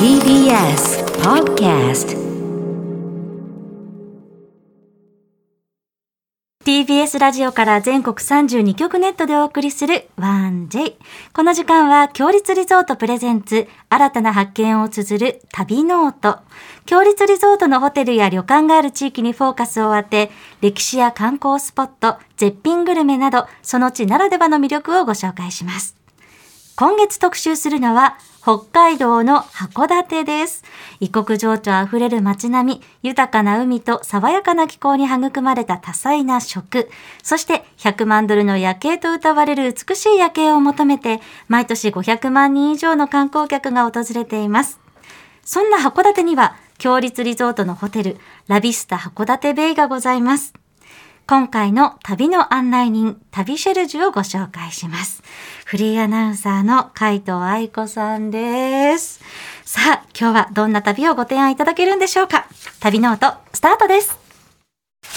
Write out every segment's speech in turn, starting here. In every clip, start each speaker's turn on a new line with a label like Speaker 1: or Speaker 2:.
Speaker 1: TBS Podcast
Speaker 2: TBS ラジオから全国32局ネットでお送りする 1J。この時間は、強立リゾートプレゼンツ、新たな発見を綴る旅ノート。強立リゾートのホテルや旅館がある地域にフォーカスを当て、歴史や観光スポット、絶品グルメなど、その地ならではの魅力をご紹介します。今月特集するのは、北海道の函館です。異国情緒あふれる街並み、豊かな海と爽やかな気候に育まれた多彩な食、そして100万ドルの夜景と歌われる美しい夜景を求めて、毎年500万人以上の観光客が訪れています。そんな函館には、強立リゾートのホテル、ラビスタ函館ベイがございます。今回の旅の案内人、旅シェルジュをご紹介します。フリーアナウンサーの海藤愛子さんです。さあ、今日はどんな旅をご提案いただけるんでしょうか旅ノート、スタートです。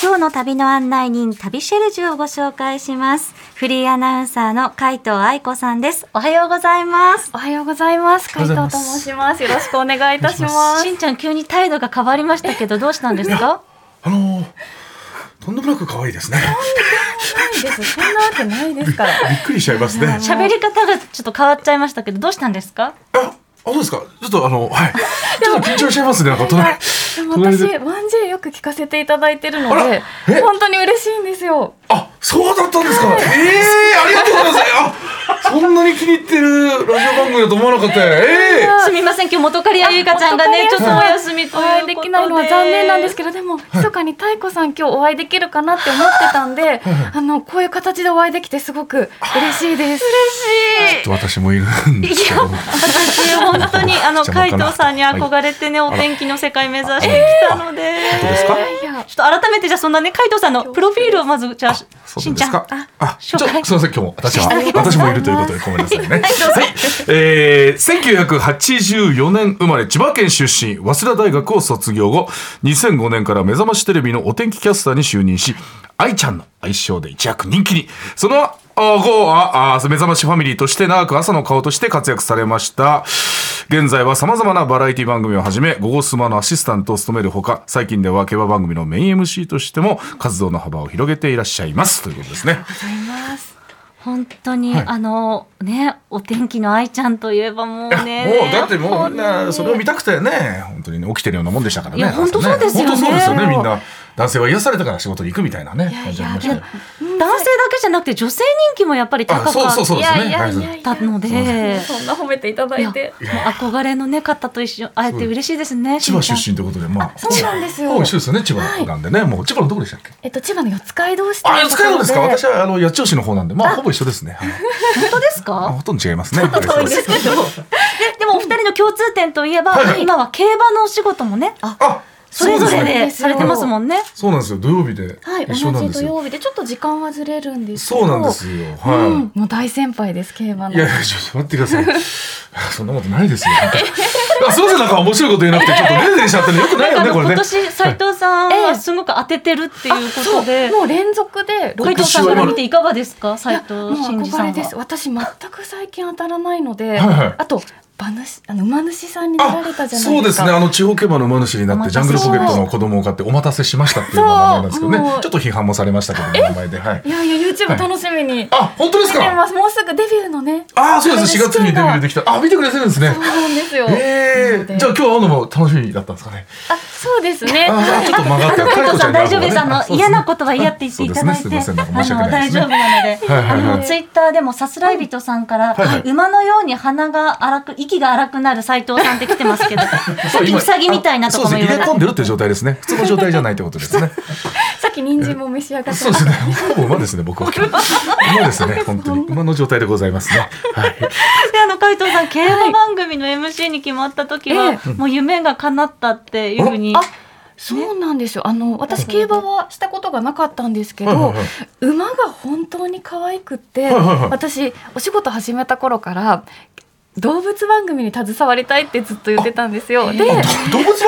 Speaker 2: 今日の旅の案内人、旅シェルジュをご紹介します。フリーアナウンサーの海藤愛子さんです。おはようございます。
Speaker 3: おはようございます。
Speaker 4: おは
Speaker 3: 海
Speaker 4: よう
Speaker 3: 藤
Speaker 4: ございま
Speaker 3: と
Speaker 4: す
Speaker 3: 申します。よろしくお願いいたし
Speaker 4: お願
Speaker 3: ま
Speaker 2: し
Speaker 3: す。
Speaker 2: んちゃん急に態度が変わりましたけど、どうしたんですか
Speaker 4: あのーとんでもなく可愛いですね。
Speaker 3: ないです。そんなわけないですから。
Speaker 4: びっくりしちゃいますね。
Speaker 2: 喋り方がちょっと変わっちゃいましたけど、どうしたんですか
Speaker 4: あ、あどうですか。ちょっとあのはい。ちょっと緊張しちゃいますね。なんか隣
Speaker 3: でも
Speaker 4: 隣
Speaker 3: 私、
Speaker 4: で。
Speaker 3: ワンジェよく聞かせていただいてるの
Speaker 4: あら
Speaker 3: で
Speaker 4: え、
Speaker 3: 本当に嬉しいんですよ。
Speaker 4: あ、そうだったんですか。ええー、ありがとうございます。あ、そんなに気に入ってるラジオ番組だと思わなかったよ。ええ
Speaker 2: すみません、今日元カリアゆいかちゃんがね、ちょっとお休みということ
Speaker 3: お
Speaker 2: で。
Speaker 3: 会いできないのは残念なんですけど、でも、密かに太子さん今日お会いできるかなって思ってたんで、あの、こういう形でお会いできてすごく嬉しいです。
Speaker 4: ー。ちょっと私もいるんですけど。
Speaker 2: 私本当にあの
Speaker 4: 邪魔
Speaker 2: 海
Speaker 4: かな
Speaker 2: 藤さんに憧れてね、お天気の世界目指してきたので、
Speaker 4: 本当ですか。
Speaker 3: いや、
Speaker 2: ちょっと改めてじゃあそんなね海藤さんのプロフィールをまずじゃあ
Speaker 4: そう
Speaker 2: し
Speaker 4: なんん
Speaker 2: ち
Speaker 4: で
Speaker 2: ゃ
Speaker 4: す
Speaker 2: ん
Speaker 4: か。
Speaker 2: あ
Speaker 4: あ、ちょ
Speaker 2: 紹介
Speaker 4: すみません、今日も私は
Speaker 2: ありがとうございます
Speaker 4: 私もいるということでごめんなさいね。はい、えー、1984年生まれ千葉県出身、早稲田大学を卒業後、2005年から目覚ましテレビのお天気キャスターに就任し、愛ちゃんの愛称で一躍人気に。そのあ後はあ目覚ましファミリーとして長く朝の顔として活躍されました。現在は様々なバラエティ番組をはじめ、ゴゴスマのアシスタントを務めるほか、最近では競馬番組のメイン MC としても活動の幅を広げていらっしゃいます。ということですね。
Speaker 2: 本当に、
Speaker 4: はい
Speaker 2: あのねお天気の愛ちゃんといえばもうね
Speaker 4: もうだってもう
Speaker 2: 本
Speaker 4: みん
Speaker 2: 当
Speaker 4: な
Speaker 2: に
Speaker 4: それを見たくてね本当にね起きてるようなもんでしたからね
Speaker 2: いや本当
Speaker 4: 朝
Speaker 2: そうで
Speaker 4: ね
Speaker 2: すよね
Speaker 4: 本当そうですよねみんな男性は癒されたから仕事に行くみたいなね感じありましたけど
Speaker 2: 男性だけじゃなくて女性人気もやっぱり高か
Speaker 4: あ
Speaker 2: っ
Speaker 4: そうそうそう
Speaker 3: い
Speaker 4: です
Speaker 3: や
Speaker 4: ね
Speaker 3: いやいや
Speaker 4: はい
Speaker 2: たので。
Speaker 3: や、そんな褒めていただ
Speaker 2: いや
Speaker 3: い
Speaker 2: も
Speaker 3: て。
Speaker 2: う憧れの、ね、方と一緒に会えて嬉しいですね。
Speaker 4: 千葉
Speaker 2: しん
Speaker 4: 出
Speaker 2: ちゃん
Speaker 4: 身ということでまあ
Speaker 3: そうなんですよ
Speaker 4: ほぼ一緒ですよね千葉なんでねもう千葉のどこでしたっけ
Speaker 3: えっと、千葉の四街道市と
Speaker 4: あ
Speaker 3: いう
Speaker 4: 四
Speaker 3: と
Speaker 4: つ
Speaker 3: ころ
Speaker 4: 街道ですか私はあの八千代市の方なんでまあほぼ一緒ですねはい
Speaker 2: 本当ですか
Speaker 4: あほとんど違いますね
Speaker 2: そうですけど。で、でもお二人の共通点といえば、今は競馬のお仕事もね、
Speaker 4: あ
Speaker 2: それぞ
Speaker 4: う
Speaker 2: れ
Speaker 4: ですね
Speaker 2: でされてますもんね。
Speaker 4: そうなんですよ土曜日で
Speaker 3: はい、
Speaker 4: 一緒なん
Speaker 3: 同じ
Speaker 4: で
Speaker 3: 土
Speaker 4: すよ
Speaker 3: 曜日でちょっと時間はずれるんですけど
Speaker 4: そうなんですよ
Speaker 3: う
Speaker 4: は
Speaker 3: ん、もう大先輩です競馬の
Speaker 4: いいやいやちょっと待ってくださいそんなことないですよあすいませんなんか面白いこと言えなくてちょっとねずれしちゃってねよくないよ
Speaker 2: あ
Speaker 4: ね
Speaker 2: の
Speaker 4: これね
Speaker 2: 今年斉藤さんはすごく当ててるっていうことで、
Speaker 3: もう連続で
Speaker 2: 斉
Speaker 3: 六
Speaker 2: 藤さんから見ていかがですか、斉藤
Speaker 3: もう
Speaker 2: 真二さん
Speaker 3: 憧れ
Speaker 2: は
Speaker 3: で。す私全く最近当たらないので、
Speaker 4: いはい
Speaker 3: あと馬主あの馬主さんになら
Speaker 4: あ
Speaker 3: れたじゃな
Speaker 4: そ
Speaker 3: いうで
Speaker 4: ですす
Speaker 3: か
Speaker 4: ねあの地方競馬の馬主になってジャングルポケットの子供を買ってお待たせしましたっていう名前なんですけどね
Speaker 3: そうもう
Speaker 4: ちょっと批判もされましたけど名前ではい
Speaker 3: いやいや YouTube 楽しみに、
Speaker 4: あ本当です
Speaker 3: 見て
Speaker 4: か
Speaker 3: ますもうすぐデビューのね
Speaker 4: あそうです
Speaker 3: そ
Speaker 4: 4
Speaker 3: うです
Speaker 4: 月にデビューできたあ見てくれてるんですね
Speaker 3: そうなんですよ、
Speaker 4: え
Speaker 3: な
Speaker 4: え
Speaker 3: ので
Speaker 4: じゃあ今日会うのも楽しみだったんですかね
Speaker 3: あそうですね
Speaker 4: あーちょっと曲がってる
Speaker 2: 斉藤さん大丈夫です。あの
Speaker 4: そう
Speaker 2: 嫌なことは嫌って言っていただい
Speaker 4: そ
Speaker 2: て、
Speaker 4: うですねすいませんな
Speaker 2: あ
Speaker 4: んか申し
Speaker 2: の
Speaker 4: 訳な
Speaker 2: 大
Speaker 4: いですね
Speaker 2: 丈夫なので、
Speaker 4: はいはいはい
Speaker 2: あのツイッターでもさすらい人さんから
Speaker 4: はいはい
Speaker 2: 馬のように鼻が荒く息が荒くなる斉藤さんって来てます けど、さっき
Speaker 4: 今
Speaker 2: ウサギみたいなとこも
Speaker 4: そうで
Speaker 2: 言わ
Speaker 4: す
Speaker 2: れ
Speaker 4: ね入
Speaker 2: て
Speaker 4: れ込んでるっていう状態ですね普通の状態じゃないってことですね
Speaker 3: さっき人参も召し上がってまし
Speaker 4: そう
Speaker 3: た
Speaker 4: ですね。ほぼ馬ですね、僕は。馬ですね、本当に。馬の状態でございますね。はい。
Speaker 2: であの海藤さん競馬番組の MC に決まった時は、
Speaker 3: え
Speaker 2: もう夢が叶ったっていうふうに
Speaker 3: あそうなんですよあの私競馬はしたことがなかったんですけ
Speaker 4: はいは
Speaker 3: ど
Speaker 4: いはい
Speaker 3: 馬が本当に可愛くって、
Speaker 4: はいはいはい
Speaker 3: 私お仕事始めた頃から動物番組に携わりたいってずっと言ってたんですよ。で
Speaker 4: 動物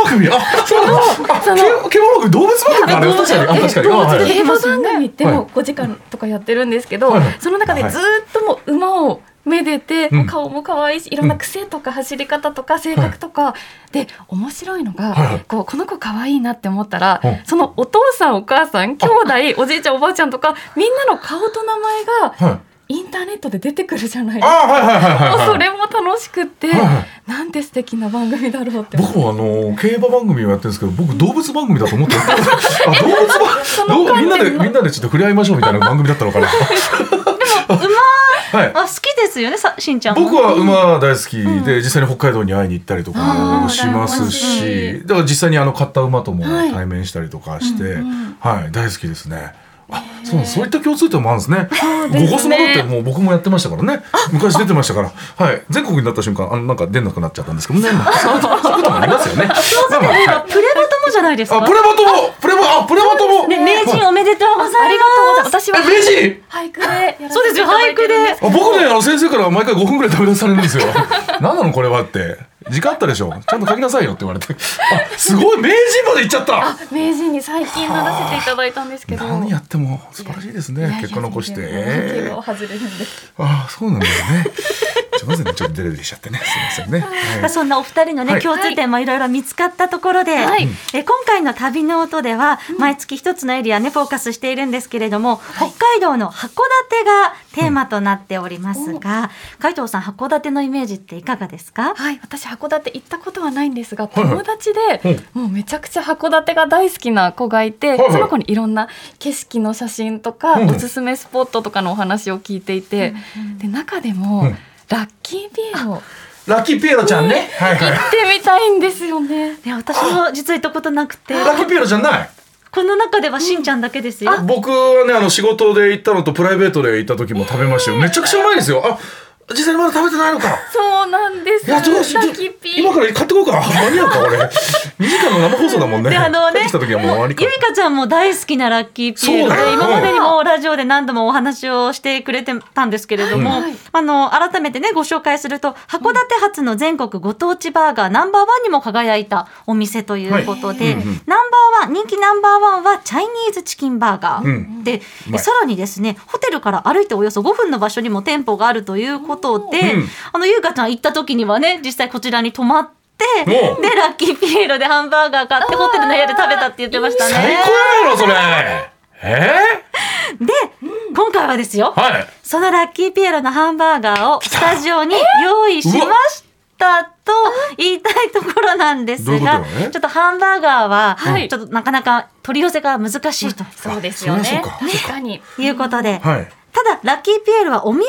Speaker 4: 番組あ、そうあ、
Speaker 3: その
Speaker 4: け獣番組、動物番組かあれ確かに。あ、確かに。あ
Speaker 3: 動物
Speaker 4: はい
Speaker 3: で競馬番組って
Speaker 4: はい
Speaker 3: もう5時間とかやってるんですけど、
Speaker 4: はいはい
Speaker 3: その中でずっともう馬をめでて、
Speaker 4: うん
Speaker 3: 顔も可愛いしいろんな癖とか走り方とか性格とか、で面白いのが、
Speaker 4: はいはい
Speaker 3: こうこの子可愛いなって思ったら、
Speaker 4: うん
Speaker 3: そのお父さんお母さん兄弟おじいちゃんおばあちゃんとかみんなの顔と名前が
Speaker 4: はい。
Speaker 3: インターネットで出てくるじゃないです
Speaker 4: ああ、はいはいはいはい、は
Speaker 3: か。
Speaker 4: い。
Speaker 3: それも楽しくって、
Speaker 4: はいはい
Speaker 3: なんて素敵な番組だろうって思って
Speaker 4: 僕もあの競馬番組をやってるんですけど僕動物番組だと思ってあ動物
Speaker 3: その
Speaker 4: 番動みんなで
Speaker 3: 観点の
Speaker 4: みんなでちょっと触れ合いましょうみたいな番組だったのかな
Speaker 2: 馬
Speaker 4: はい
Speaker 2: あ好きですよねさしんちゃん
Speaker 4: 僕は馬大好きで、実際に北海道に会いに行ったりとか
Speaker 3: あ
Speaker 4: も
Speaker 3: ー
Speaker 4: します
Speaker 3: 羨ま
Speaker 4: し
Speaker 3: し
Speaker 4: だから実際にあの買った馬とも
Speaker 3: はい
Speaker 4: 対面したりとかして、はい
Speaker 3: うんうん
Speaker 4: 大好きですね。あそうなんそういった共通点もあるんですね。
Speaker 3: ですね
Speaker 4: ゴゴスマだってもう僕もやってましたからね。昔出てましたから。はい。全国になった瞬間、あのなんか出なくなっちゃったんですけどね。まあそうそういうこともありますよね。まあまあはい
Speaker 2: プレバトもじゃないです
Speaker 4: あ、
Speaker 2: か
Speaker 4: プレバトも、プレバ、あ、プレバトも。
Speaker 2: ね名人おめでとうございます
Speaker 3: ありがとうございます。私は
Speaker 4: え、名人。
Speaker 3: 俳句でやらせていただいてるんですけ
Speaker 2: そ
Speaker 3: ど。
Speaker 2: うですよ俳句で
Speaker 4: あ、僕ね、あの先生から毎回5分ぐらい食べ出されるんですよ。 何なのこれはって。時間あったでしょ。ちゃんと書きなさいよって言われて。あ、すごい名人まで行っちゃった。
Speaker 3: 名人に最近ならせていただいたんですけど。
Speaker 4: 何やっても素晴らしいです
Speaker 3: いやい
Speaker 4: ね
Speaker 3: や。
Speaker 4: 結果残して。
Speaker 3: 全然
Speaker 4: え
Speaker 3: 競馬
Speaker 4: ー
Speaker 3: を外れるんです。
Speaker 4: あ、そうなんですね。すいませんね、ちょっとデレデレしちゃってね。す いませんね。はい
Speaker 2: まあそんなお二人のね、
Speaker 4: はい
Speaker 2: 共通点もいろいろ見つかったところで、
Speaker 3: はい
Speaker 2: え今回の旅の音では毎月一つのエリアねフォーカスしているんですけれども、北海道の函館がテーマとなっておりますが、海藤さん函館のイメージっていかがですか？
Speaker 3: はい、私函館行ったことはないんですが、
Speaker 4: いはい
Speaker 3: 友達で、
Speaker 4: う
Speaker 3: もうめちゃくちゃ函館が大好きな子がいて、
Speaker 4: いはい
Speaker 3: その子にいろんな景色の写真とか、
Speaker 4: うん
Speaker 3: おすすめスポットとかのお話を聞いていて、で中でも、
Speaker 4: うん
Speaker 3: ラッキービーを行っ
Speaker 4: ラッキーピエロちゃんね。はいはい。
Speaker 3: てみたいんですよね。
Speaker 2: ね私も実は行ったことなくて、
Speaker 4: ラッキーピエロじゃない。
Speaker 2: この中ではしんちゃんだけですよ。
Speaker 4: 僕はねあの仕事で行ったのとプライベートで行った時も食べましたよ、めちゃくちゃうまいですよあ実際にまだ食べてないのか
Speaker 3: そうなんです。
Speaker 4: いや
Speaker 3: ラ
Speaker 4: ちょっとちょっ
Speaker 3: ッ
Speaker 4: と
Speaker 3: キーピー
Speaker 4: 今から買ってこうか 間に合うか俺2時間の生放送だも んね
Speaker 2: であのね
Speaker 4: 帰ってきた時はもう終わりか
Speaker 2: ゆみかちゃんも大好きなラッキーピエロ
Speaker 4: そうだ
Speaker 2: で
Speaker 4: よ
Speaker 2: 今までにもラジオで何度もお話をしてくれてたんですけれども、
Speaker 3: はい
Speaker 2: あの改めてねご紹介すると函館発の全国ご当地バーガーナンバーワンにも輝いたお店ということで、
Speaker 4: はいうんうん
Speaker 2: ナンバーワン人気ナンバーワンはチャイニーズチキンバーガー、
Speaker 4: うん
Speaker 2: で
Speaker 4: うまい
Speaker 2: さらにですねホテルから歩いておよそ5分の場所にも店舗があるということで、
Speaker 4: うん
Speaker 2: あのゆうかちゃん行った時にはね実際こちらに泊まって。で
Speaker 4: おう
Speaker 2: ラッキーピエロでハンバーガー買ってホテルの部屋で食べたって言ってました
Speaker 4: 最
Speaker 2: ね
Speaker 4: 高やろそれえ
Speaker 2: で今回はですよ
Speaker 4: ー、はい
Speaker 2: そのラッキーピエロのハンバーガーをスタジオに用意しましたと言いたいところなんです
Speaker 4: どういうこと
Speaker 2: が
Speaker 4: なのね
Speaker 2: ちょっとハンバーガーは
Speaker 3: はい
Speaker 2: ちょっとなかなか取り寄せが難しいと
Speaker 3: そうですよ
Speaker 4: あそり
Speaker 3: ね。
Speaker 4: ゃそうか
Speaker 3: 確かに。
Speaker 2: いうことで
Speaker 4: はい
Speaker 2: ただラッキーピエロはお土産も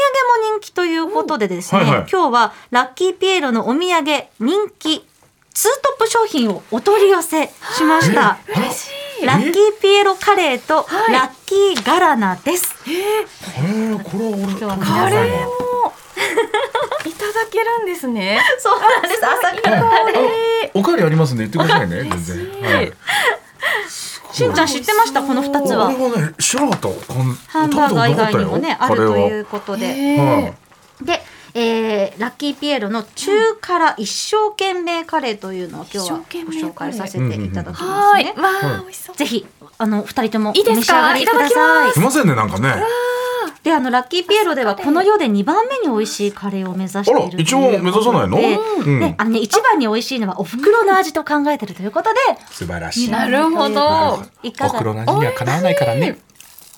Speaker 2: 人気ということでですね、
Speaker 4: うんはいはい
Speaker 2: 今日はラッキーピエロのお土産人気ツートップ商品をお取り寄せしました。
Speaker 4: 嬉
Speaker 3: し
Speaker 4: い
Speaker 2: ラッキーピエロカレーと
Speaker 3: はい
Speaker 2: ラッキーガラナです。
Speaker 4: えー、これは俺
Speaker 2: 日は
Speaker 3: カレー
Speaker 4: 食べ
Speaker 3: もいただけるんですね。
Speaker 2: そうなんです。朝か
Speaker 4: た
Speaker 2: ら。
Speaker 4: ことないあおかわりありますんで言ってくださいね全然、はい、
Speaker 2: しんちゃん知ってましたこの二つ
Speaker 4: 俺
Speaker 2: は。
Speaker 4: はね知らなかったこん
Speaker 2: ハンバーガー以外にもね
Speaker 4: 食
Speaker 2: ある
Speaker 4: べたことなかったよ
Speaker 2: いうことで。
Speaker 3: へー
Speaker 4: はい
Speaker 2: で、えーラッキーピエロの中辛一生懸命カレーというのを今日はご紹介させていただきます
Speaker 3: は
Speaker 2: ね。
Speaker 3: い。わ
Speaker 4: は
Speaker 3: あ
Speaker 4: い、
Speaker 3: 美味しそう。
Speaker 2: ぜひあの二人とも
Speaker 3: いい
Speaker 2: お
Speaker 3: ですか
Speaker 2: 召し上がりください。
Speaker 4: すいませんねなんかね
Speaker 2: であのラッキーピエロではこの世で2番目に美味しいカレーを目指している
Speaker 4: あら一応目指さないの
Speaker 2: ということで
Speaker 4: うん
Speaker 2: ねあのね一番に美味しいのはお袋の味と考えてるということで
Speaker 4: 素晴らしい
Speaker 3: なるほど。
Speaker 2: いかが
Speaker 4: の味にはかなわないからね。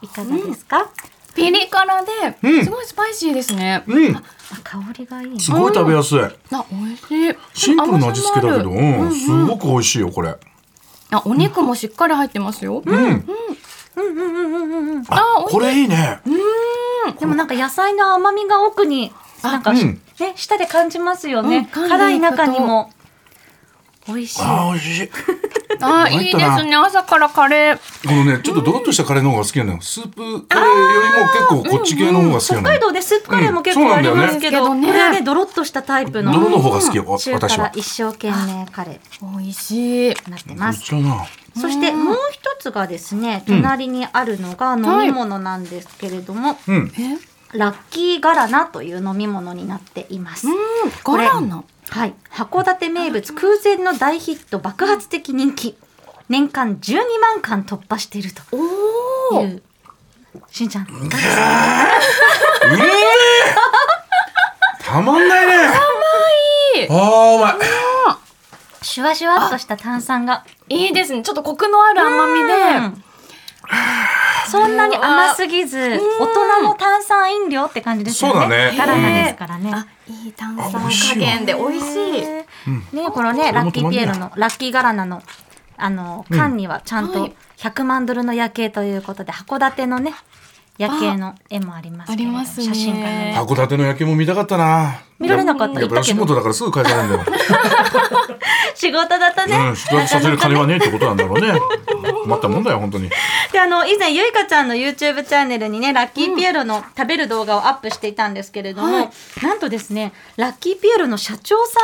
Speaker 2: いかがですか？
Speaker 3: ピリ辛で、
Speaker 4: うん
Speaker 3: すごいスパイシーですね。
Speaker 4: うん、
Speaker 2: あ香りがいいね。
Speaker 4: すごい食べやすい。
Speaker 3: あ、美味しい。
Speaker 4: シンプルな味付けだけ
Speaker 3: 甘さ
Speaker 4: ど、う
Speaker 3: もある
Speaker 4: ん、すごく美味しいよ、これ。
Speaker 3: あ、お肉もしっかり入ってますよ。
Speaker 4: うん、
Speaker 2: うんうんうんうんうん。
Speaker 3: あ
Speaker 4: あ、これいいね。
Speaker 2: でもなんか野菜の甘みが奥になんか
Speaker 4: う
Speaker 2: し
Speaker 4: ん
Speaker 2: ね舌で感じますよ
Speaker 3: うん
Speaker 2: ね。
Speaker 3: 感じる
Speaker 2: 辛い中にも美味しい。
Speaker 4: あー、美味しい。
Speaker 3: あ、
Speaker 4: 入
Speaker 3: い
Speaker 4: っ
Speaker 3: い
Speaker 4: た
Speaker 3: で
Speaker 4: な
Speaker 3: すね。朝からカレー。
Speaker 4: このね、ちょっとドロッとしたカレーの方が好きなのよ。スープカレーよりも結構こっち系の方が好きな
Speaker 2: 北
Speaker 4: の
Speaker 2: 海
Speaker 4: よ。
Speaker 2: 道でスープカレーも結構ありますけど、
Speaker 3: うんそうなんだ
Speaker 2: こ
Speaker 3: よね
Speaker 2: れはねドロッとしたタイプの
Speaker 4: ドロの方が好きよ、わ
Speaker 2: 中
Speaker 4: 私
Speaker 2: 辛
Speaker 4: は。
Speaker 2: 一生懸命カレー
Speaker 3: 美味しい。
Speaker 2: になって
Speaker 4: め
Speaker 2: ま
Speaker 4: っ
Speaker 2: す。
Speaker 4: ちゃな。
Speaker 2: そしてもう一つがですね、隣にあるのが飲み物なんですけれども、
Speaker 4: うん。
Speaker 3: え、うん、
Speaker 2: ラッキーガラナという飲み物になっています。
Speaker 3: ガランの。
Speaker 2: はい、函館名物空前の大ヒット爆発的人気年間12万缶突破していると
Speaker 3: お
Speaker 2: い
Speaker 3: ー
Speaker 2: うしんちゃんいかがです
Speaker 4: うめえ。たまんないね。かわいい。ああ、うまい。
Speaker 2: シュワシュワっとした炭酸が。
Speaker 3: いいですね。ちょっとコクのある甘みで。
Speaker 2: そんなに甘すぎず、大人の炭酸飲料って感じですよ
Speaker 4: そうだ
Speaker 2: ね。
Speaker 4: ね
Speaker 2: ガラナですからね。
Speaker 3: あ、いい炭酸
Speaker 4: あ美味しいわ
Speaker 3: 加減で美味しい。
Speaker 2: ね、このね、
Speaker 4: 俺
Speaker 2: ラ
Speaker 4: も
Speaker 2: ッ
Speaker 4: 止
Speaker 2: キ
Speaker 4: ま
Speaker 2: ー
Speaker 4: ん
Speaker 2: ピ
Speaker 4: ねえ
Speaker 2: エ
Speaker 4: な
Speaker 2: ロの、ラッキーガラナの、あの、缶にはちゃん
Speaker 3: は
Speaker 2: と
Speaker 3: い
Speaker 2: 100万ドルの夜景ということで、函館のね、夜景の絵もありますけれども
Speaker 3: あありますね
Speaker 2: 写真がね。
Speaker 4: 函館の夜景も見たかったな。
Speaker 2: 見られなかった、
Speaker 4: や
Speaker 2: 行っ
Speaker 4: っぱ
Speaker 2: たけ
Speaker 4: 吉
Speaker 2: ど
Speaker 4: 本。だからすぐ会社なんだよ。
Speaker 2: 仕事だとね。
Speaker 4: うん、宿泊させる金はねえってことなんだろうね。困ったもんだよ、本当に。
Speaker 2: であの以前ゆいかちゃんの YouTube チャンネルにねラッキーピエロの食べる動画をアップしていたんですけれども、
Speaker 3: はい
Speaker 2: なんとですねラッキーピエロの社長さ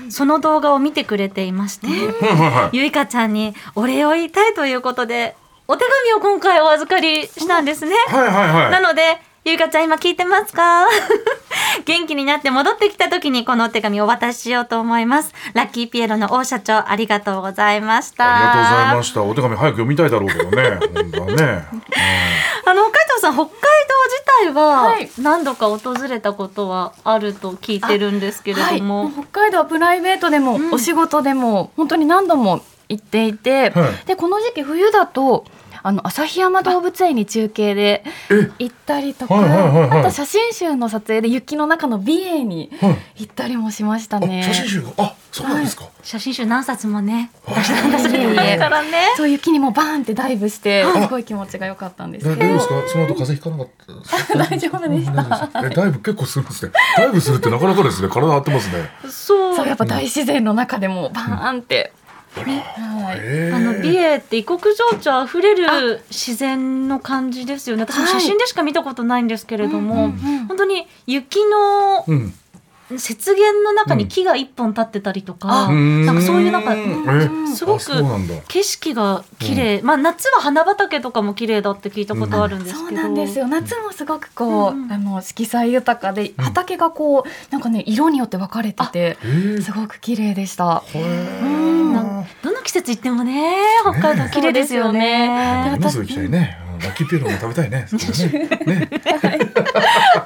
Speaker 2: んがその動画を見てくれていまして、
Speaker 4: はいはいはい。
Speaker 2: ゆいかちゃんにお礼を言いたいということでお手紙を今回お預かりしたんですね。
Speaker 4: はいはいは。
Speaker 2: ないのでゆいかちゃん今聞いてますか 元気になって戻ってきた時にこのお手紙をお渡ししようと思います。ラッキーピエロの王社長ありがとうございました。
Speaker 4: ありがとうございました。お手紙早く読みたいだろうけどね。本当はね。
Speaker 2: あの北海道さん北海道自体は
Speaker 3: はい
Speaker 2: 何度か訪れたことはあると聞いてるんですけれども、
Speaker 3: はい、う北海道はプライベートでも、
Speaker 2: ん
Speaker 3: お仕事でも本当に何度も行っていて、
Speaker 4: はい
Speaker 3: でこの時期冬だとあの旭山動物園に中継で行ったりとか、
Speaker 4: はいはいはいはい
Speaker 3: あと写真集の撮影で雪の中の美瑛に
Speaker 4: はい
Speaker 3: 行ったりもしましたね。
Speaker 4: あ、写真集が、あ、そうなんですか。
Speaker 2: 写真集何冊もね
Speaker 4: あ
Speaker 2: 出したんだけど
Speaker 3: いえいえ
Speaker 2: だからね
Speaker 3: そう雪にもバーンってダイブして
Speaker 4: あ
Speaker 3: すごい気持ちが良かったんです
Speaker 4: だ
Speaker 3: け
Speaker 4: 大丈夫で
Speaker 3: ど
Speaker 4: すか。その後風邪ひかなかったで すか。
Speaker 3: 大丈夫でした
Speaker 4: 大丈夫ですえ、ダイブ結構するんですね。ダイブするってなかなかですね。体張ってますね。
Speaker 2: そう
Speaker 3: そうやっぱ大自然の中でもバーンって、はい
Speaker 4: え
Speaker 2: あの美
Speaker 4: え。
Speaker 2: 瑛って異国情緒あふれる自然の感じですよね私も写真でしか見たことないんですけれども、本当に雪の
Speaker 4: うん。
Speaker 2: 雪原の中に木が一本立ってたりとか、
Speaker 4: うん
Speaker 2: なんかそういうなんか、
Speaker 4: え
Speaker 2: すご
Speaker 4: あ
Speaker 2: く
Speaker 4: そうなんだ。
Speaker 2: 景色が綺麗、まあ夏は花畑とかも綺麗だって聞いたことあるんですけど、
Speaker 3: そうなんですよ夏もすごく
Speaker 2: う
Speaker 3: こう、
Speaker 2: んうん
Speaker 3: あの色彩豊かで畑がこうなんかね色によって分かれてて
Speaker 4: えー
Speaker 3: すごく綺麗でした。
Speaker 4: へー
Speaker 2: なんかどの季節行ってもね北海道綺麗ですよ
Speaker 4: み
Speaker 2: ね
Speaker 4: んなそう行きたいね。うんラッキーピエロも食べたいね。そこでね ね。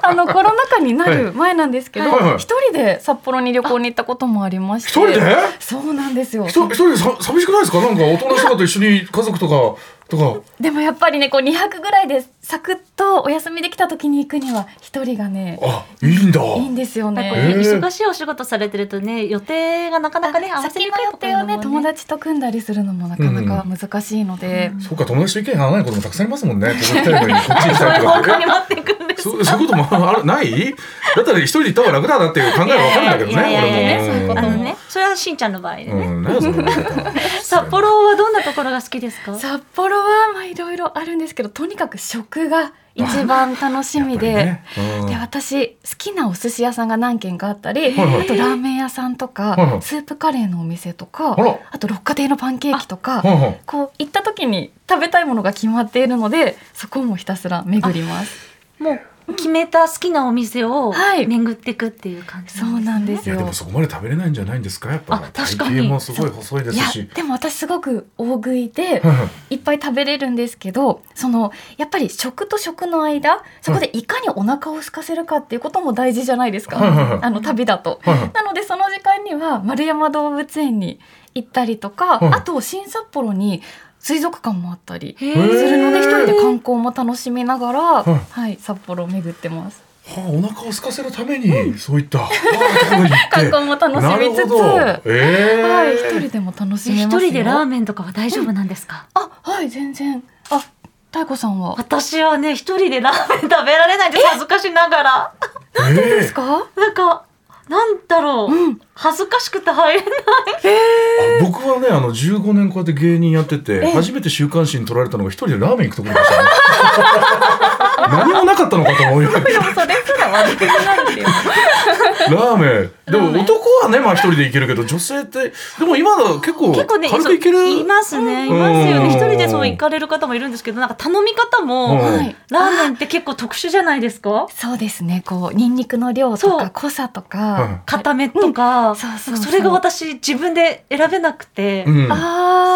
Speaker 3: あのコロナ禍になる前なんですけど、
Speaker 4: はいはい
Speaker 3: 一人で札幌に旅行に行ったこともありまして、
Speaker 4: 一人で？
Speaker 3: そうなんですよ
Speaker 4: 一。人一人でさ寂しくないですか？なんか大人の人と一緒に家族とかとか。
Speaker 3: でもやっぱりねこう2泊ぐらいでサクッとお休みできた時に行くには一人がね
Speaker 4: あ、いいんだ。
Speaker 3: いいんですよ
Speaker 2: なんかね
Speaker 3: ね。
Speaker 4: えー
Speaker 2: 忙しいお仕事されてるとね予定がなかなかね合わせ
Speaker 3: 先
Speaker 2: に
Speaker 3: の
Speaker 2: くいと
Speaker 3: 予
Speaker 2: こ
Speaker 3: 定を
Speaker 2: ろ
Speaker 3: ね 友
Speaker 2: 達
Speaker 3: 達と組んだりするのもなかなか難しいので、
Speaker 4: そうか友達と意見合わないこともたくさんありますもんね。ここ行きたいのにこっち行き
Speaker 2: そう
Speaker 4: た
Speaker 2: い
Speaker 4: いうとか
Speaker 2: 方向
Speaker 4: っ
Speaker 2: に
Speaker 4: て。
Speaker 2: 持っていくんです
Speaker 4: そう そういうこともあるない？だったら一人で行った方が楽だなっていう考えはわかるんだけどね。
Speaker 2: いやいやいやいや
Speaker 3: そ
Speaker 4: 俺も
Speaker 3: ういうこ
Speaker 2: あ
Speaker 3: と
Speaker 2: の
Speaker 3: も
Speaker 2: ねそれはしんちゃんの場合で
Speaker 4: う
Speaker 2: ね、
Speaker 4: ん、何やその言い方
Speaker 2: 札幌はどんなところが好きですか
Speaker 3: 札幌はまあいろいろあるんですけどとにかく食が一番楽しみで、
Speaker 4: やっぱりねうん
Speaker 3: で私好きなお寿司屋さんが何軒かあったり、
Speaker 4: はいはい
Speaker 3: あとラーメン屋さんとか、
Speaker 4: はいはい
Speaker 3: スープカレーのお店とか、
Speaker 4: あら
Speaker 3: あと六花亭のパンケーキとか、
Speaker 4: はいはい
Speaker 3: こう行った時に食べたいものが決まっているのでそこもひたすら巡ります。
Speaker 2: もう決めた好きなお店を
Speaker 3: はい
Speaker 2: 巡っていくっていう感じ
Speaker 3: そうなんです
Speaker 4: いや
Speaker 3: よ
Speaker 4: でもそこまで食べれないんじゃないんですかやっぱ
Speaker 2: あ確かに
Speaker 4: 体型もすごい細いで
Speaker 3: い
Speaker 4: す
Speaker 3: や
Speaker 4: し。
Speaker 3: でも私すごく大食いで
Speaker 4: はいは
Speaker 3: い
Speaker 4: い
Speaker 3: っぱい食べれるんですけどそのやっぱり食と食の間そこでいかにお腹を空かせるかっていうことも大事じゃないですか、
Speaker 4: はいはいはい
Speaker 3: あの旅だと。
Speaker 4: はいはい
Speaker 3: なのでその時間には丸山動物園に行ったりとか、
Speaker 4: はい
Speaker 3: あと新札幌に水族館もあったりす
Speaker 2: へ
Speaker 3: る
Speaker 2: ー
Speaker 3: ので一人で観光も楽しみながら、
Speaker 4: い
Speaker 3: はい、札幌を巡ってます。
Speaker 4: はあ、お腹を空かせるために、そうい った、はあ、とこに行って
Speaker 3: 観光も楽しみつつ、
Speaker 4: なるほどええ
Speaker 3: はい、一人でも楽しめ
Speaker 2: 一
Speaker 3: ますよ。
Speaker 2: 人でラーメンとかは大丈夫なんですか、
Speaker 3: あ、はい、全然。あ、太子さんは。
Speaker 2: 私はね一人でラーメン食べられないです恥ずかしながら
Speaker 4: え
Speaker 3: ですか？
Speaker 2: なんかなんだろう、
Speaker 3: うん
Speaker 2: 恥ずかしくて入れない
Speaker 4: えあ僕はねあの15年こうやって芸人やってて、初めて週刊誌に取られたのが一人でラーメン行くところで した、ね、何もなかったのかと思うよ
Speaker 3: でも それすら悪くないんだよ。
Speaker 4: ラーメンでも男はねまあ一人で行けるけど女性ってでも今の結構
Speaker 2: 結構ね
Speaker 4: 軽く行け
Speaker 2: そうい
Speaker 4: る、
Speaker 2: ますねい
Speaker 4: うん
Speaker 2: ますよ
Speaker 4: うん
Speaker 2: ね一人でそう行かれる方もいるんですけどなんか頼み方も、
Speaker 4: うん
Speaker 3: はい
Speaker 2: ラーメンって結構特殊じゃないですか
Speaker 3: そうですね。こうニンニクの量と
Speaker 2: そう
Speaker 3: か濃さと
Speaker 4: はい
Speaker 3: か。
Speaker 2: 固めとか、
Speaker 3: そうそうそう
Speaker 2: なんかそれが私自分で選べなくて、
Speaker 4: うん、
Speaker 3: あ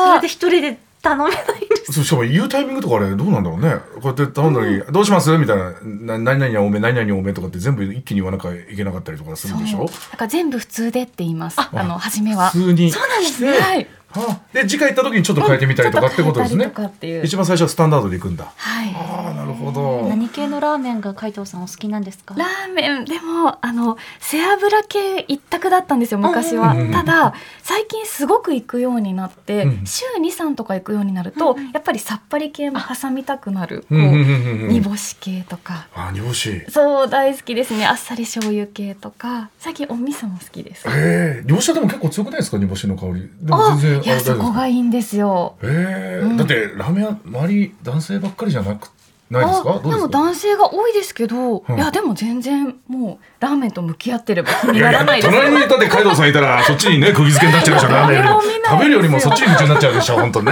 Speaker 2: そ
Speaker 3: あ
Speaker 2: れで一人で頼めないんで
Speaker 4: そうしかも言うタイミングとかあれどうなんだろうねこうやって頼んだ時、どうしますみたいなな何々多め何々多めとかって全部一気に言わなきゃいけなかったりとかするんでし
Speaker 3: そう
Speaker 4: ょ
Speaker 3: なんか全部普通でって言います。あの初めは。
Speaker 4: 普通に
Speaker 3: そうなんですね。
Speaker 4: 来て
Speaker 3: はい。
Speaker 4: はあで次回行った時にちょっと変えてみたりとかってことです
Speaker 3: ちょ
Speaker 4: ね
Speaker 3: っと変えたりとかっていう
Speaker 4: 一番最初はスタンダードで行くんだ
Speaker 3: はい。
Speaker 4: ああなるほど
Speaker 2: 何系のラーメンが海藤さんお好きなんですか
Speaker 3: ラーメンでもあの背脂系一択だったんですよ昔は、
Speaker 4: うん
Speaker 3: ただ最近すごく行くようになって、
Speaker 4: うん
Speaker 3: 週23とか行くようになると、やっぱりさっぱり系も挟みたくなる、
Speaker 4: うんう
Speaker 3: こ
Speaker 4: んうん
Speaker 3: う
Speaker 4: うんう
Speaker 3: 煮
Speaker 4: ん
Speaker 3: 干し系とか
Speaker 4: あー煮干し
Speaker 3: そう大好きですねあっさり醤油系とか最近お味噌も好きです
Speaker 4: ええ煮干しはでも結構強くないですか煮干しの香りでも
Speaker 3: あ
Speaker 4: 全然あ
Speaker 3: いや
Speaker 4: れ大丈
Speaker 3: そ
Speaker 4: 夫
Speaker 3: こが
Speaker 4: ですか
Speaker 3: いいんですよ
Speaker 4: え
Speaker 3: う
Speaker 4: え
Speaker 3: ん
Speaker 4: だってラーメン屋周り男性ばっかりじゃなくないですか
Speaker 3: あ
Speaker 4: どうです
Speaker 3: も
Speaker 4: か
Speaker 3: 男性が多いですけど、
Speaker 4: うん
Speaker 3: いやでも全然もうラーメンと向き合ってれば苦に
Speaker 4: い
Speaker 3: ない
Speaker 4: やや
Speaker 3: らないです
Speaker 4: 隣にだって海道さんいたらそっちにね釘付けになっちゃうでしょラーメンよりも
Speaker 3: いや見ないですよ
Speaker 4: 食べるよりもそっちに夢中になっちゃうでしょ本当ね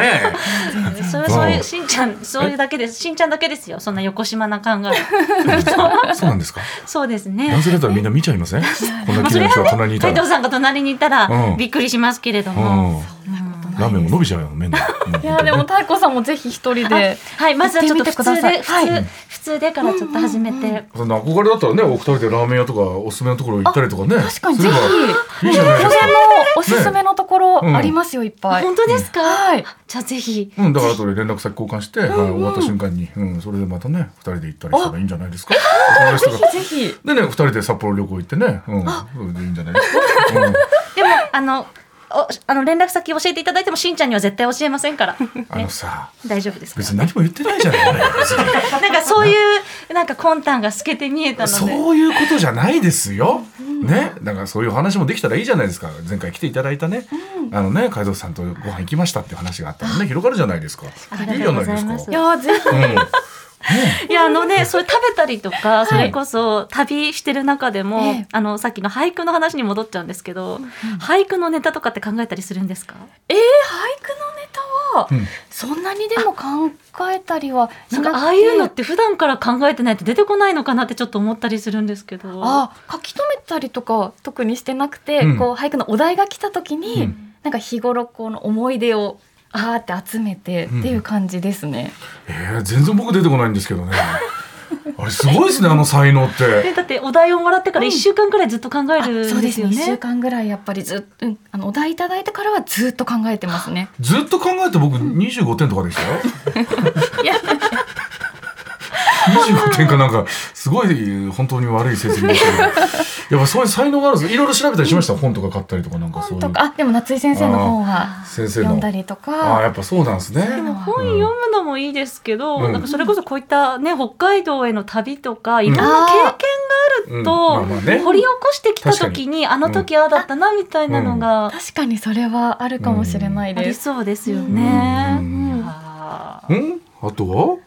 Speaker 2: それそう
Speaker 4: う
Speaker 2: い
Speaker 4: ん
Speaker 2: うしんちゃんそういうだけですしんちゃんだけですよそんな横島な感が
Speaker 4: そうなんですか
Speaker 2: そうです
Speaker 4: 男
Speaker 2: ね
Speaker 4: 性だったらみんな見ちゃい ませんこんな
Speaker 2: まあ
Speaker 4: 綺
Speaker 2: それ
Speaker 4: 麗な人
Speaker 2: は
Speaker 4: が
Speaker 2: ね
Speaker 4: 隣にいた
Speaker 2: 海
Speaker 4: ら
Speaker 2: 藤さんが隣にいた
Speaker 4: う
Speaker 2: ら
Speaker 4: ん
Speaker 2: びっくりしますけれど
Speaker 4: う
Speaker 2: も、
Speaker 4: んラーメンも伸びちゃうよ麺が
Speaker 3: いやでも太子さんもぜひ一人で
Speaker 2: はいまずはちょっと普通で
Speaker 3: 行って
Speaker 2: 普
Speaker 3: みてく
Speaker 2: 通、
Speaker 3: ださい
Speaker 2: 普通でからちょっと始めて、
Speaker 4: そんな憧れだったらねお二人でラーメン屋とかおすすめのところ行ったりとかね
Speaker 3: 確かに
Speaker 4: す
Speaker 3: ぜ
Speaker 4: れば
Speaker 3: ひ
Speaker 4: いいじゃないです
Speaker 3: これ
Speaker 4: か
Speaker 3: もおすすめのところありますよいっぱい、
Speaker 2: 本当ですか、
Speaker 3: はい
Speaker 2: じゃあぜひ
Speaker 4: うん、だから後で連絡先交換して、はい、終わった瞬間に、うん、それでまたね、二人で行ったりしたらいいんじゃないですか。友達とか
Speaker 3: ぜひ
Speaker 4: でね、二人で札幌旅行行ってね、うん、それでいいんじゃないですか。う
Speaker 2: で
Speaker 4: ん
Speaker 2: もあのおあの連絡先教えていただいてもしんちゃんには絶対教えませんから、
Speaker 4: あ
Speaker 2: ね
Speaker 4: の、さ、
Speaker 2: 大丈夫ですか
Speaker 4: 別に何も言ってないじゃない。別に
Speaker 2: なんかそういうなんか魂胆が透けて見えたので
Speaker 4: そういうことじゃないですよ。ね、だからそういう話もできたらいいじゃないですか。前回来ていただいたね、あのね、海蔵さんとご飯行きましたっていう話があったらね、広がるじゃないですか。いいじゃな
Speaker 2: あ
Speaker 4: いです
Speaker 2: りがとうござい
Speaker 4: か。
Speaker 2: ます
Speaker 3: いやぜひ
Speaker 4: うん、
Speaker 2: いやあのね、それ食べたりとか、それこそ旅してる中でも、
Speaker 3: ええ
Speaker 2: あのさっきの俳句の話に戻っちゃうんですけど、俳句のネタとかって考えたりするんですか？
Speaker 3: えー、俳句のネタは、
Speaker 4: うん
Speaker 3: そんなにでも考えたりはし
Speaker 2: な
Speaker 3: なんくて
Speaker 2: かああいうのって普段から考えてないと出てこないのかなってちょっと思ったりするんですけど。
Speaker 3: あ書き留めたりとか特にしてなくて、
Speaker 4: うん
Speaker 3: こう俳句のお題が来た時に、
Speaker 4: うん
Speaker 3: なんか日頃この思い出をあーって集めてっていう感じですね、
Speaker 4: えー全然僕出てこないんですけどね。あれすごいですね、あの才能って。
Speaker 2: ねだってお題をもらってから一週間くらいずっと考え
Speaker 3: あ
Speaker 2: るんです
Speaker 3: そ
Speaker 2: よ
Speaker 3: う
Speaker 2: ね。
Speaker 3: ですね1週間ぐらいやっぱりずっと、うんあのお題いただいてからはずっと考えてますね
Speaker 4: ずっと考えて僕25点とかでしたよ。
Speaker 3: いや
Speaker 4: 25点かなんか、すごい本当に悪い成績でしたけど。やっぱそういう才能があるんですいろいろ調べたりしました。本とか買ったりとかなんかそうい
Speaker 3: 本
Speaker 4: う。
Speaker 3: とかあでも夏井先生の本は
Speaker 4: 先生
Speaker 3: 読ん
Speaker 4: の。
Speaker 3: だりと
Speaker 4: ああ、
Speaker 3: か
Speaker 4: やっぱそうなんですね。
Speaker 2: でも本読むのもいいですけど、
Speaker 4: うん
Speaker 2: なんかそれこそこういったね北海道への旅とかいろんな経験がある
Speaker 4: うんうんまあまあ
Speaker 2: と
Speaker 4: ね
Speaker 2: 掘り起こしてきた時にあの時ああだったなみたいなのが
Speaker 3: 確かにそれはあるかもしれない
Speaker 2: あ
Speaker 3: で
Speaker 2: り
Speaker 3: す、
Speaker 2: そうですよね。
Speaker 4: う
Speaker 2: うんん
Speaker 4: うんあとは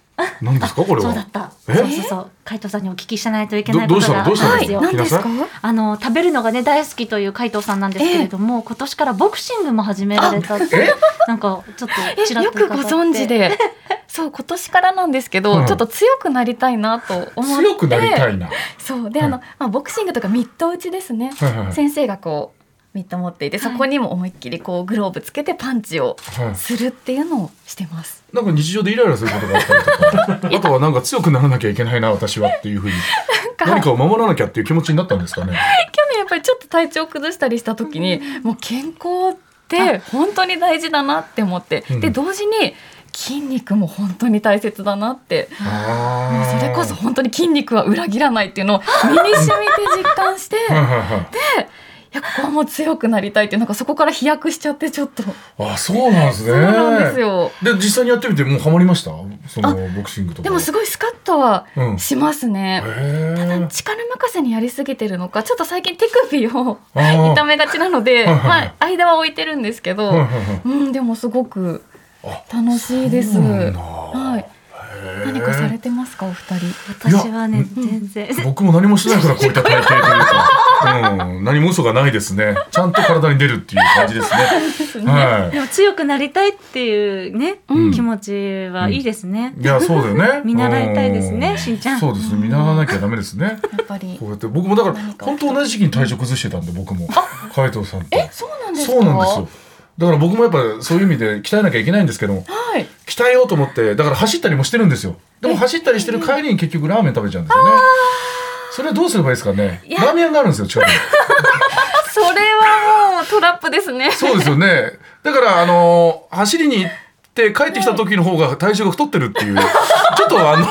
Speaker 4: 何ですかこれ
Speaker 2: そう
Speaker 4: は。
Speaker 2: だった。
Speaker 4: え
Speaker 2: そうそうそう。海藤さんにお聞きしないといけな
Speaker 4: ど
Speaker 2: い
Speaker 4: ど
Speaker 2: こ
Speaker 4: うし
Speaker 2: と
Speaker 4: た
Speaker 2: が
Speaker 4: のどうしたの
Speaker 2: あ
Speaker 3: は
Speaker 2: るんです
Speaker 3: い
Speaker 2: よ
Speaker 4: 聞
Speaker 3: 何
Speaker 4: きな
Speaker 3: です
Speaker 4: さい
Speaker 3: か
Speaker 2: あの食べるのがね大好きという海藤さんなんですけれども、今年からボクシングも始められたって
Speaker 4: え
Speaker 2: なんかちょっとちら
Speaker 3: え
Speaker 2: っ
Speaker 3: よ
Speaker 2: と伺
Speaker 3: く
Speaker 2: って
Speaker 3: ご存知でそう今年からなんですけど、
Speaker 4: うん
Speaker 3: ちょっと強くなりたいなと思って
Speaker 4: 強くなりたいな。
Speaker 3: そうで
Speaker 4: はい
Speaker 3: あの、まあ、ボクシングとかミット打ちですね、
Speaker 4: はいはいはい
Speaker 3: 先生がこうミット持っていてそこにも思いっきりこうグローブつけてパンチを
Speaker 4: はい
Speaker 3: するっていうのをしてます
Speaker 4: なんか日常でイライラすることがあったり とか、あとはなんか強くならなきゃいけないな、私はっていうふうに、
Speaker 3: か
Speaker 4: 何かを守らなきゃっていう気持ちになったんですかね。
Speaker 3: 去年やっぱりちょっと体調崩したりした時に、もう健康って本当に大事だなって思って、
Speaker 4: うん
Speaker 3: で同時に筋肉も本当に大切だなって、もう
Speaker 4: あー
Speaker 3: それこそ本当に筋肉は裏切らないっていうのを身に染みて実感してい
Speaker 4: はいはいはい。
Speaker 3: やここはもう強くなりたいってなんかそこから飛躍しちゃってちょっと、
Speaker 4: あ、そうなんですね。
Speaker 3: そうなんですよ。
Speaker 4: で、実際にやってみて、もうハマりました。その
Speaker 3: あ
Speaker 4: ボクシングとか。
Speaker 3: でもすごいスカッとは
Speaker 4: うん。へ
Speaker 3: しますね。
Speaker 4: え。
Speaker 3: 力任せにやりすぎてるのかちょっと最近手首を
Speaker 4: あー
Speaker 3: 痛めがちなので、
Speaker 4: はいはいはい
Speaker 3: まあ、間は置いてるんですけど、
Speaker 4: はいはいはい
Speaker 3: うん、でもすごく楽しいです。
Speaker 4: そうなんだ
Speaker 3: はい。
Speaker 4: へえ
Speaker 3: 何かされてますか、お二人。
Speaker 2: 私はね全然。
Speaker 4: 僕も何もしてないからこういった体型というか、うん、何も嘘がないですね。ちゃんと体に出るっていう感じです ね。は
Speaker 2: でも強くなりたいっていうね、
Speaker 4: うん
Speaker 2: 気持ちはいいですね。
Speaker 4: い。いや、そうだよね。
Speaker 2: 見習いたいですね
Speaker 4: う
Speaker 2: しんちゃん
Speaker 4: そうですね。見習わなきゃダメですね。
Speaker 3: やっぱり
Speaker 4: こ。うやって僕もだから
Speaker 3: 何か
Speaker 4: 本当同じ時期に体調崩してたんで僕も海藤さんと
Speaker 3: え、そうなんですか。
Speaker 4: そうなんですよだから僕もやっぱそういう意味で鍛えなきゃいけないんですけども
Speaker 3: はい。
Speaker 4: 鍛えようと思ってだから走ったりもしてるんですよでも走ったりしてる帰りに結局ラーメン食べちゃうんですよねそれはどうすればいいですかね
Speaker 3: や
Speaker 4: ラーメン屋があるんですよ近くに
Speaker 3: それはもうトラップですね。
Speaker 4: そうですよねだからあのー走りに行って帰ってきた時の方が体重が太ってるっていうちょっとあの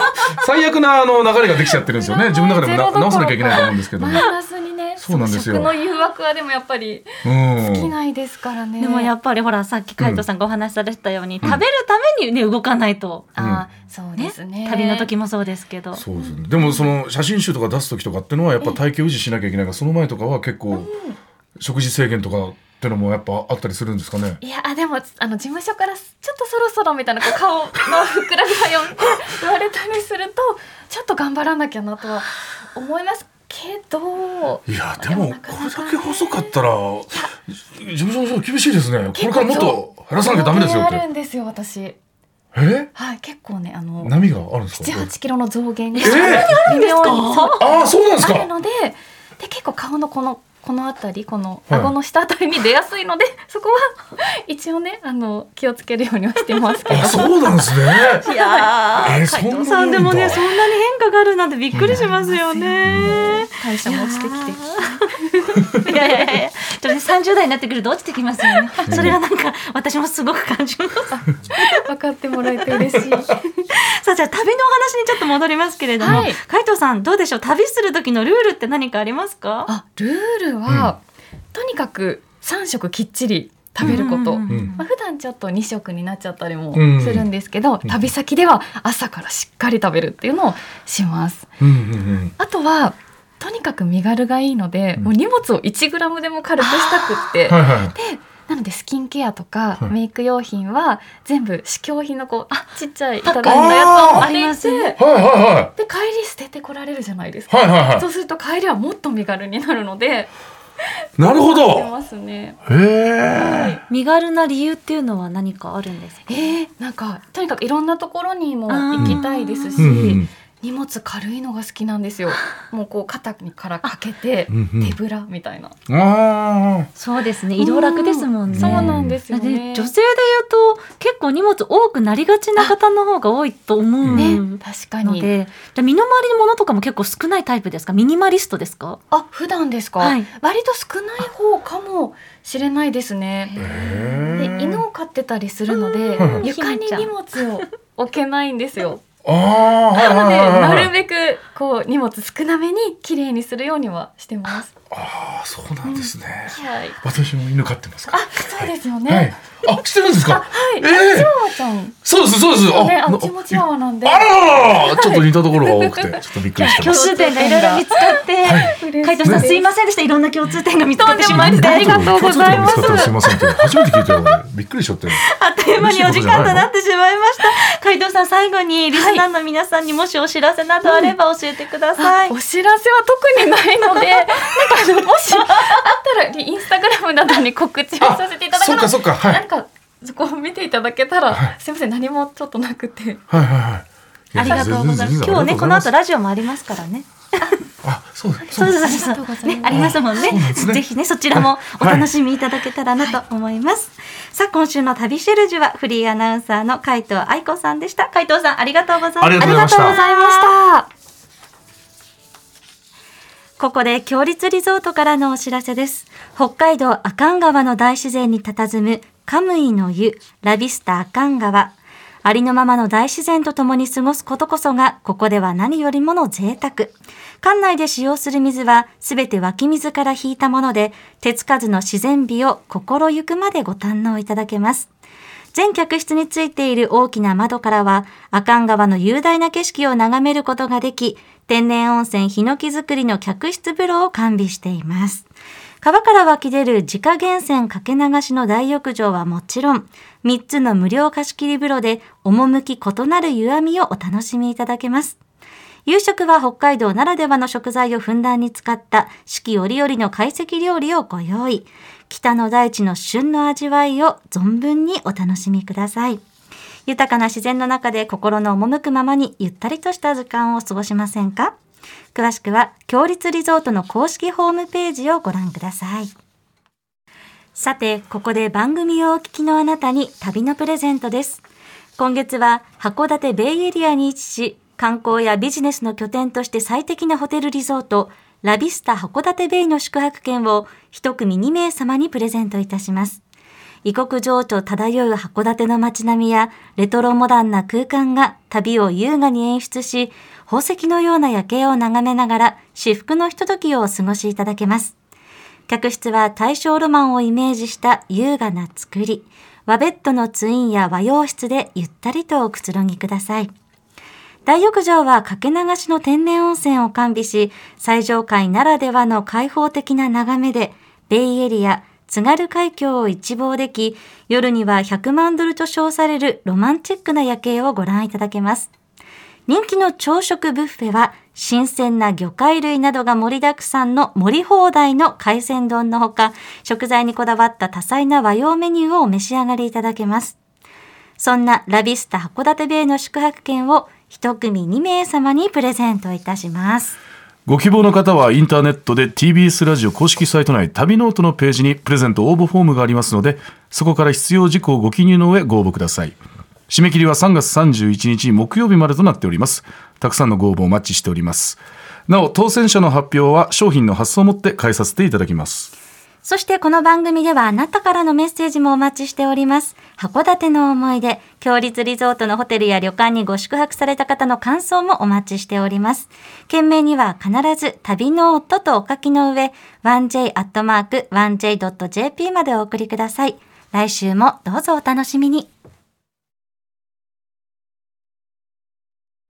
Speaker 4: 最悪なあの流れができちゃってるんですよね自分の中でもな直さなきゃいけないと思うんですけども
Speaker 3: マイナスにね。
Speaker 4: そうなんですよ
Speaker 3: 食の誘惑はでもやっぱり
Speaker 4: うん
Speaker 3: 起きないですからね。
Speaker 2: でもやっぱりほらさっき海藤さんがお話しされてたように、食べるためにね動かないと、
Speaker 3: あー、そうですね。
Speaker 2: 旅の時もそうですけど
Speaker 4: そうですね。でもその写真集とか出す時とかってのはやっぱ体型維持しなきゃいけないからその前とかは結構食事制限とかってのもやっぱあったりするんですかね。
Speaker 3: いやあでもあの事務所からすちょっとそろそろみたいなこう顔の膨らみがよんって言われたりするとちょっと頑張らなきゃなとは思いますけど
Speaker 4: いやで
Speaker 3: でも
Speaker 4: も
Speaker 3: なか
Speaker 4: こ
Speaker 3: なか
Speaker 4: れだけ細かったら事務所の人厳しいですね。これからもっと減らさなきゃダメですよっ
Speaker 3: 増減あ
Speaker 4: て
Speaker 3: る。んですよ私
Speaker 4: え？
Speaker 3: はい結構ねあの
Speaker 4: 波があるんですか
Speaker 3: 七。八キロの増減が
Speaker 4: え
Speaker 3: 微
Speaker 4: ー
Speaker 3: 妙にそう
Speaker 4: ああそうなんです
Speaker 3: ある
Speaker 4: か。
Speaker 3: のでで結構顔のこのこの辺りこの
Speaker 4: はい
Speaker 3: 顎の下あたりに出やすいので、そこは一応ねあの気をつけるようにはしてますけど
Speaker 4: あそうなんですね。
Speaker 2: いや
Speaker 4: えー
Speaker 2: ー、
Speaker 4: そんな
Speaker 2: 海藤さんでもね
Speaker 4: もんだ
Speaker 2: そんなに変化があるなんてびっくりしますよね。
Speaker 3: 代謝も落ち てきて
Speaker 2: いやいやいやいや、ちょっとね30代になってくると落ちてきますよね。それはなんか私もすごく感じます。
Speaker 3: 分かってもらえて嬉しい。
Speaker 2: さあじゃあ旅のお話にちょっと戻りますけれ ども、
Speaker 3: はい
Speaker 2: 海藤さんどうでしょう旅する時のルールって何かありますか
Speaker 3: あルールは、とにかく3食きっちり食べること、
Speaker 2: うんうんうん
Speaker 3: まあ、普段ちょっと2食になっちゃったりも
Speaker 4: うん
Speaker 3: するんですけど、旅先では朝からしっかり食べるっていうのをします
Speaker 4: うんうんうん。
Speaker 3: あとはとにかく身軽がいいので、
Speaker 4: うん
Speaker 3: もう荷物を1グラムでも軽くしたくって、
Speaker 4: はいは
Speaker 3: なのでスキンケアとか
Speaker 4: はい
Speaker 3: メイク用品は全部試供品のこうあちっちゃいいただい
Speaker 4: あ
Speaker 3: たやつを持
Speaker 4: あ
Speaker 3: って
Speaker 2: り
Speaker 3: い
Speaker 2: ま
Speaker 3: っ
Speaker 2: す
Speaker 3: て、
Speaker 2: ね
Speaker 4: いはいは
Speaker 3: で帰り捨ててこられるじゃないですか、
Speaker 4: いはいはいはい
Speaker 3: そ
Speaker 4: は
Speaker 3: うすると帰りはもっと身軽になるので
Speaker 4: い。なるほ
Speaker 3: やって
Speaker 4: ど。
Speaker 3: ますね
Speaker 4: へえ。
Speaker 2: 身軽な理由っていうのは何かあるんですか
Speaker 3: えー、なんかとにかくいろんなところにも
Speaker 2: あー
Speaker 3: 行きたいですし、
Speaker 4: うんうん
Speaker 3: 荷物軽いのが好きなん ですよもうこう肩にからかけて
Speaker 4: うんうん
Speaker 3: 手ぶらみたいな、
Speaker 4: うん。ああ。
Speaker 2: そうですね移動楽ですもんね。
Speaker 3: そうなんですよ
Speaker 2: だって
Speaker 3: ね
Speaker 2: 女性で言うと結構荷物多くなりがちな方の方が多いと思う
Speaker 3: ね確か
Speaker 2: の
Speaker 3: に
Speaker 2: で、じゃあ身の回りのものとかも結構少ないタイプですかミニマリストですか
Speaker 3: あ普段ですか、
Speaker 2: はい
Speaker 3: 割と少ない方かもしれないですねで
Speaker 4: へえ
Speaker 3: 犬を飼ってたりするので
Speaker 4: うん
Speaker 3: 床に荷物を置けないんですよ
Speaker 4: あ あはい
Speaker 3: な
Speaker 4: は
Speaker 3: の
Speaker 4: い
Speaker 3: で
Speaker 4: はいは。
Speaker 3: ないるべくこう荷物少なめに綺麗にするようにはしてます
Speaker 4: ああそうなんですね。
Speaker 3: はい
Speaker 4: 私も犬飼ってますか
Speaker 3: あ
Speaker 4: ら。
Speaker 3: そうですよね、
Speaker 4: はい。あ、してるんですか。
Speaker 3: はい、
Speaker 4: ええ
Speaker 3: チワワちゃん
Speaker 4: そうですそうです。
Speaker 3: ね、
Speaker 4: あ、
Speaker 3: あ
Speaker 4: な
Speaker 3: っちもチワワなんで。
Speaker 4: あらららちょっと似たところが多くてちょっとびっくりして
Speaker 2: 共
Speaker 4: ます。
Speaker 2: 通点がいろいろ見つかって、
Speaker 3: 嬉しい
Speaker 2: 海藤さんすいませんでしたいろんな共通点が見つかってしまっ
Speaker 3: と
Speaker 2: て
Speaker 3: んで
Speaker 2: あ
Speaker 3: もな
Speaker 2: り
Speaker 3: い
Speaker 2: がとうございます
Speaker 4: 共通点見つかったらすいませんって初めて聞いたよ俺。びっくりしちゃって。
Speaker 2: あっという間にお時間となってしまいました海藤さん最後にリスナーの皆さんにもしお知らせなどあれば教えてください、
Speaker 3: お知らせは特にないの で、なんかあのもしあったらインスタグラムなどに告知をさせていただく
Speaker 4: そっ
Speaker 3: の
Speaker 4: かそっかはい
Speaker 3: なんかそこを見ていただけたら、
Speaker 4: はい
Speaker 3: すみません何もちょっとなくて。
Speaker 4: はいはいはい。
Speaker 2: ありがとうございます。今日ね、この後ラジオもありますからね。
Speaker 4: オ。あ、そうです
Speaker 2: そうそう
Speaker 3: ありが
Speaker 2: そ
Speaker 3: と
Speaker 2: う
Speaker 3: うございます
Speaker 2: そう。ね、ありますもんね
Speaker 4: そうなんです。ね
Speaker 2: ぜひね、そちらもお楽しみいただけたらなと思います。さあ、今週の旅シェルジュはフリーアナウンサーの海藤愛子さんでした。海藤さん、ありがとうございました。
Speaker 4: ありがとうございま
Speaker 2: あり
Speaker 4: した
Speaker 2: がとうございました。ここで強立リゾートからのお知らせです。北海道阿寒川の大自然に佇むカムイの湯、ラビスタ阿寒川。ありのままの大自然と共に過ごすことこそが、ここでは何よりもの贅沢。館内で使用する水は、すべて湧き水から引いたもので、手つかずの自然美を心ゆくまでご堪能いただけます。全客室についている大きな窓からは、阿寒川の雄大な景色を眺めることができ、天然温泉ヒノキ作りの客室風呂を完備しています。川から湧き出る自家源泉かけ流しの大浴場はもちろん、3つの無料貸し切り風呂で、趣異なる湯あみをお楽しみいただけます。夕食は北海道ならではの食材をふんだんに使った四季折々の懐石料理をご用意。北の大地の旬の味わいを存分にお楽しみください。豊かな自然の中で心の赴くままにゆったりとした時間を過ごしませんか詳しくは、強立リゾートの公式ホームページをご覧ください。さて、ここで番組をお聞きのあなたに旅のプレゼントです。今月は函館ベイエリアに位置し、観光やビジネスの拠点として最適なホテルリゾート、ラビスタ函館ベイの宿泊券を一組2名様にプレゼントいたします。異国情緒漂う函館の街並みやレトロモダンな空間が旅を優雅に演出し、宝石のような夜景を眺めながら至福のひとときをお過ごしいただけます。客室は大正ロマンをイメージした優雅な作り。和ベッドのツインや和洋室でゆったりとおくつろぎください。大浴場はかけ流しの天然温泉を完備し、最上階ならではの開放的な眺めで、ベイエリア、津軽海峡を一望でき、夜には100万ドルと称されるロマンチックな夜景をご覧いただけます。人気の朝食ブッフェは新鮮な魚介類などが盛りだくさんの盛り放題の海鮮丼のほか食材にこだわった多彩な和洋メニューをお召し上がりいただけますそんなラビスタ函館ベイの宿泊券を一組2名様にプレゼントいたします
Speaker 4: ご希望の方はインターネットで TBS ラジオ公式サイト内旅ノートのページにプレゼント応募フォームがありますのでそこから必要事項をご記入の上ご応募ください締め切りは3月31日木曜日までとなっておりますたくさんのご応募をお待ちしておりますなお当選者の発表は商品の発送をもって返させていただきます
Speaker 2: そしてこの番組ではあなたからのメッセージもお待ちしております。函館の思い出、強立リゾートのホテルや旅館にご宿泊された方の感想もお待ちしております。件名には必ず旅ノートとお書きの上、1j.1j.jp までお送りください。来週もどうぞお楽しみに。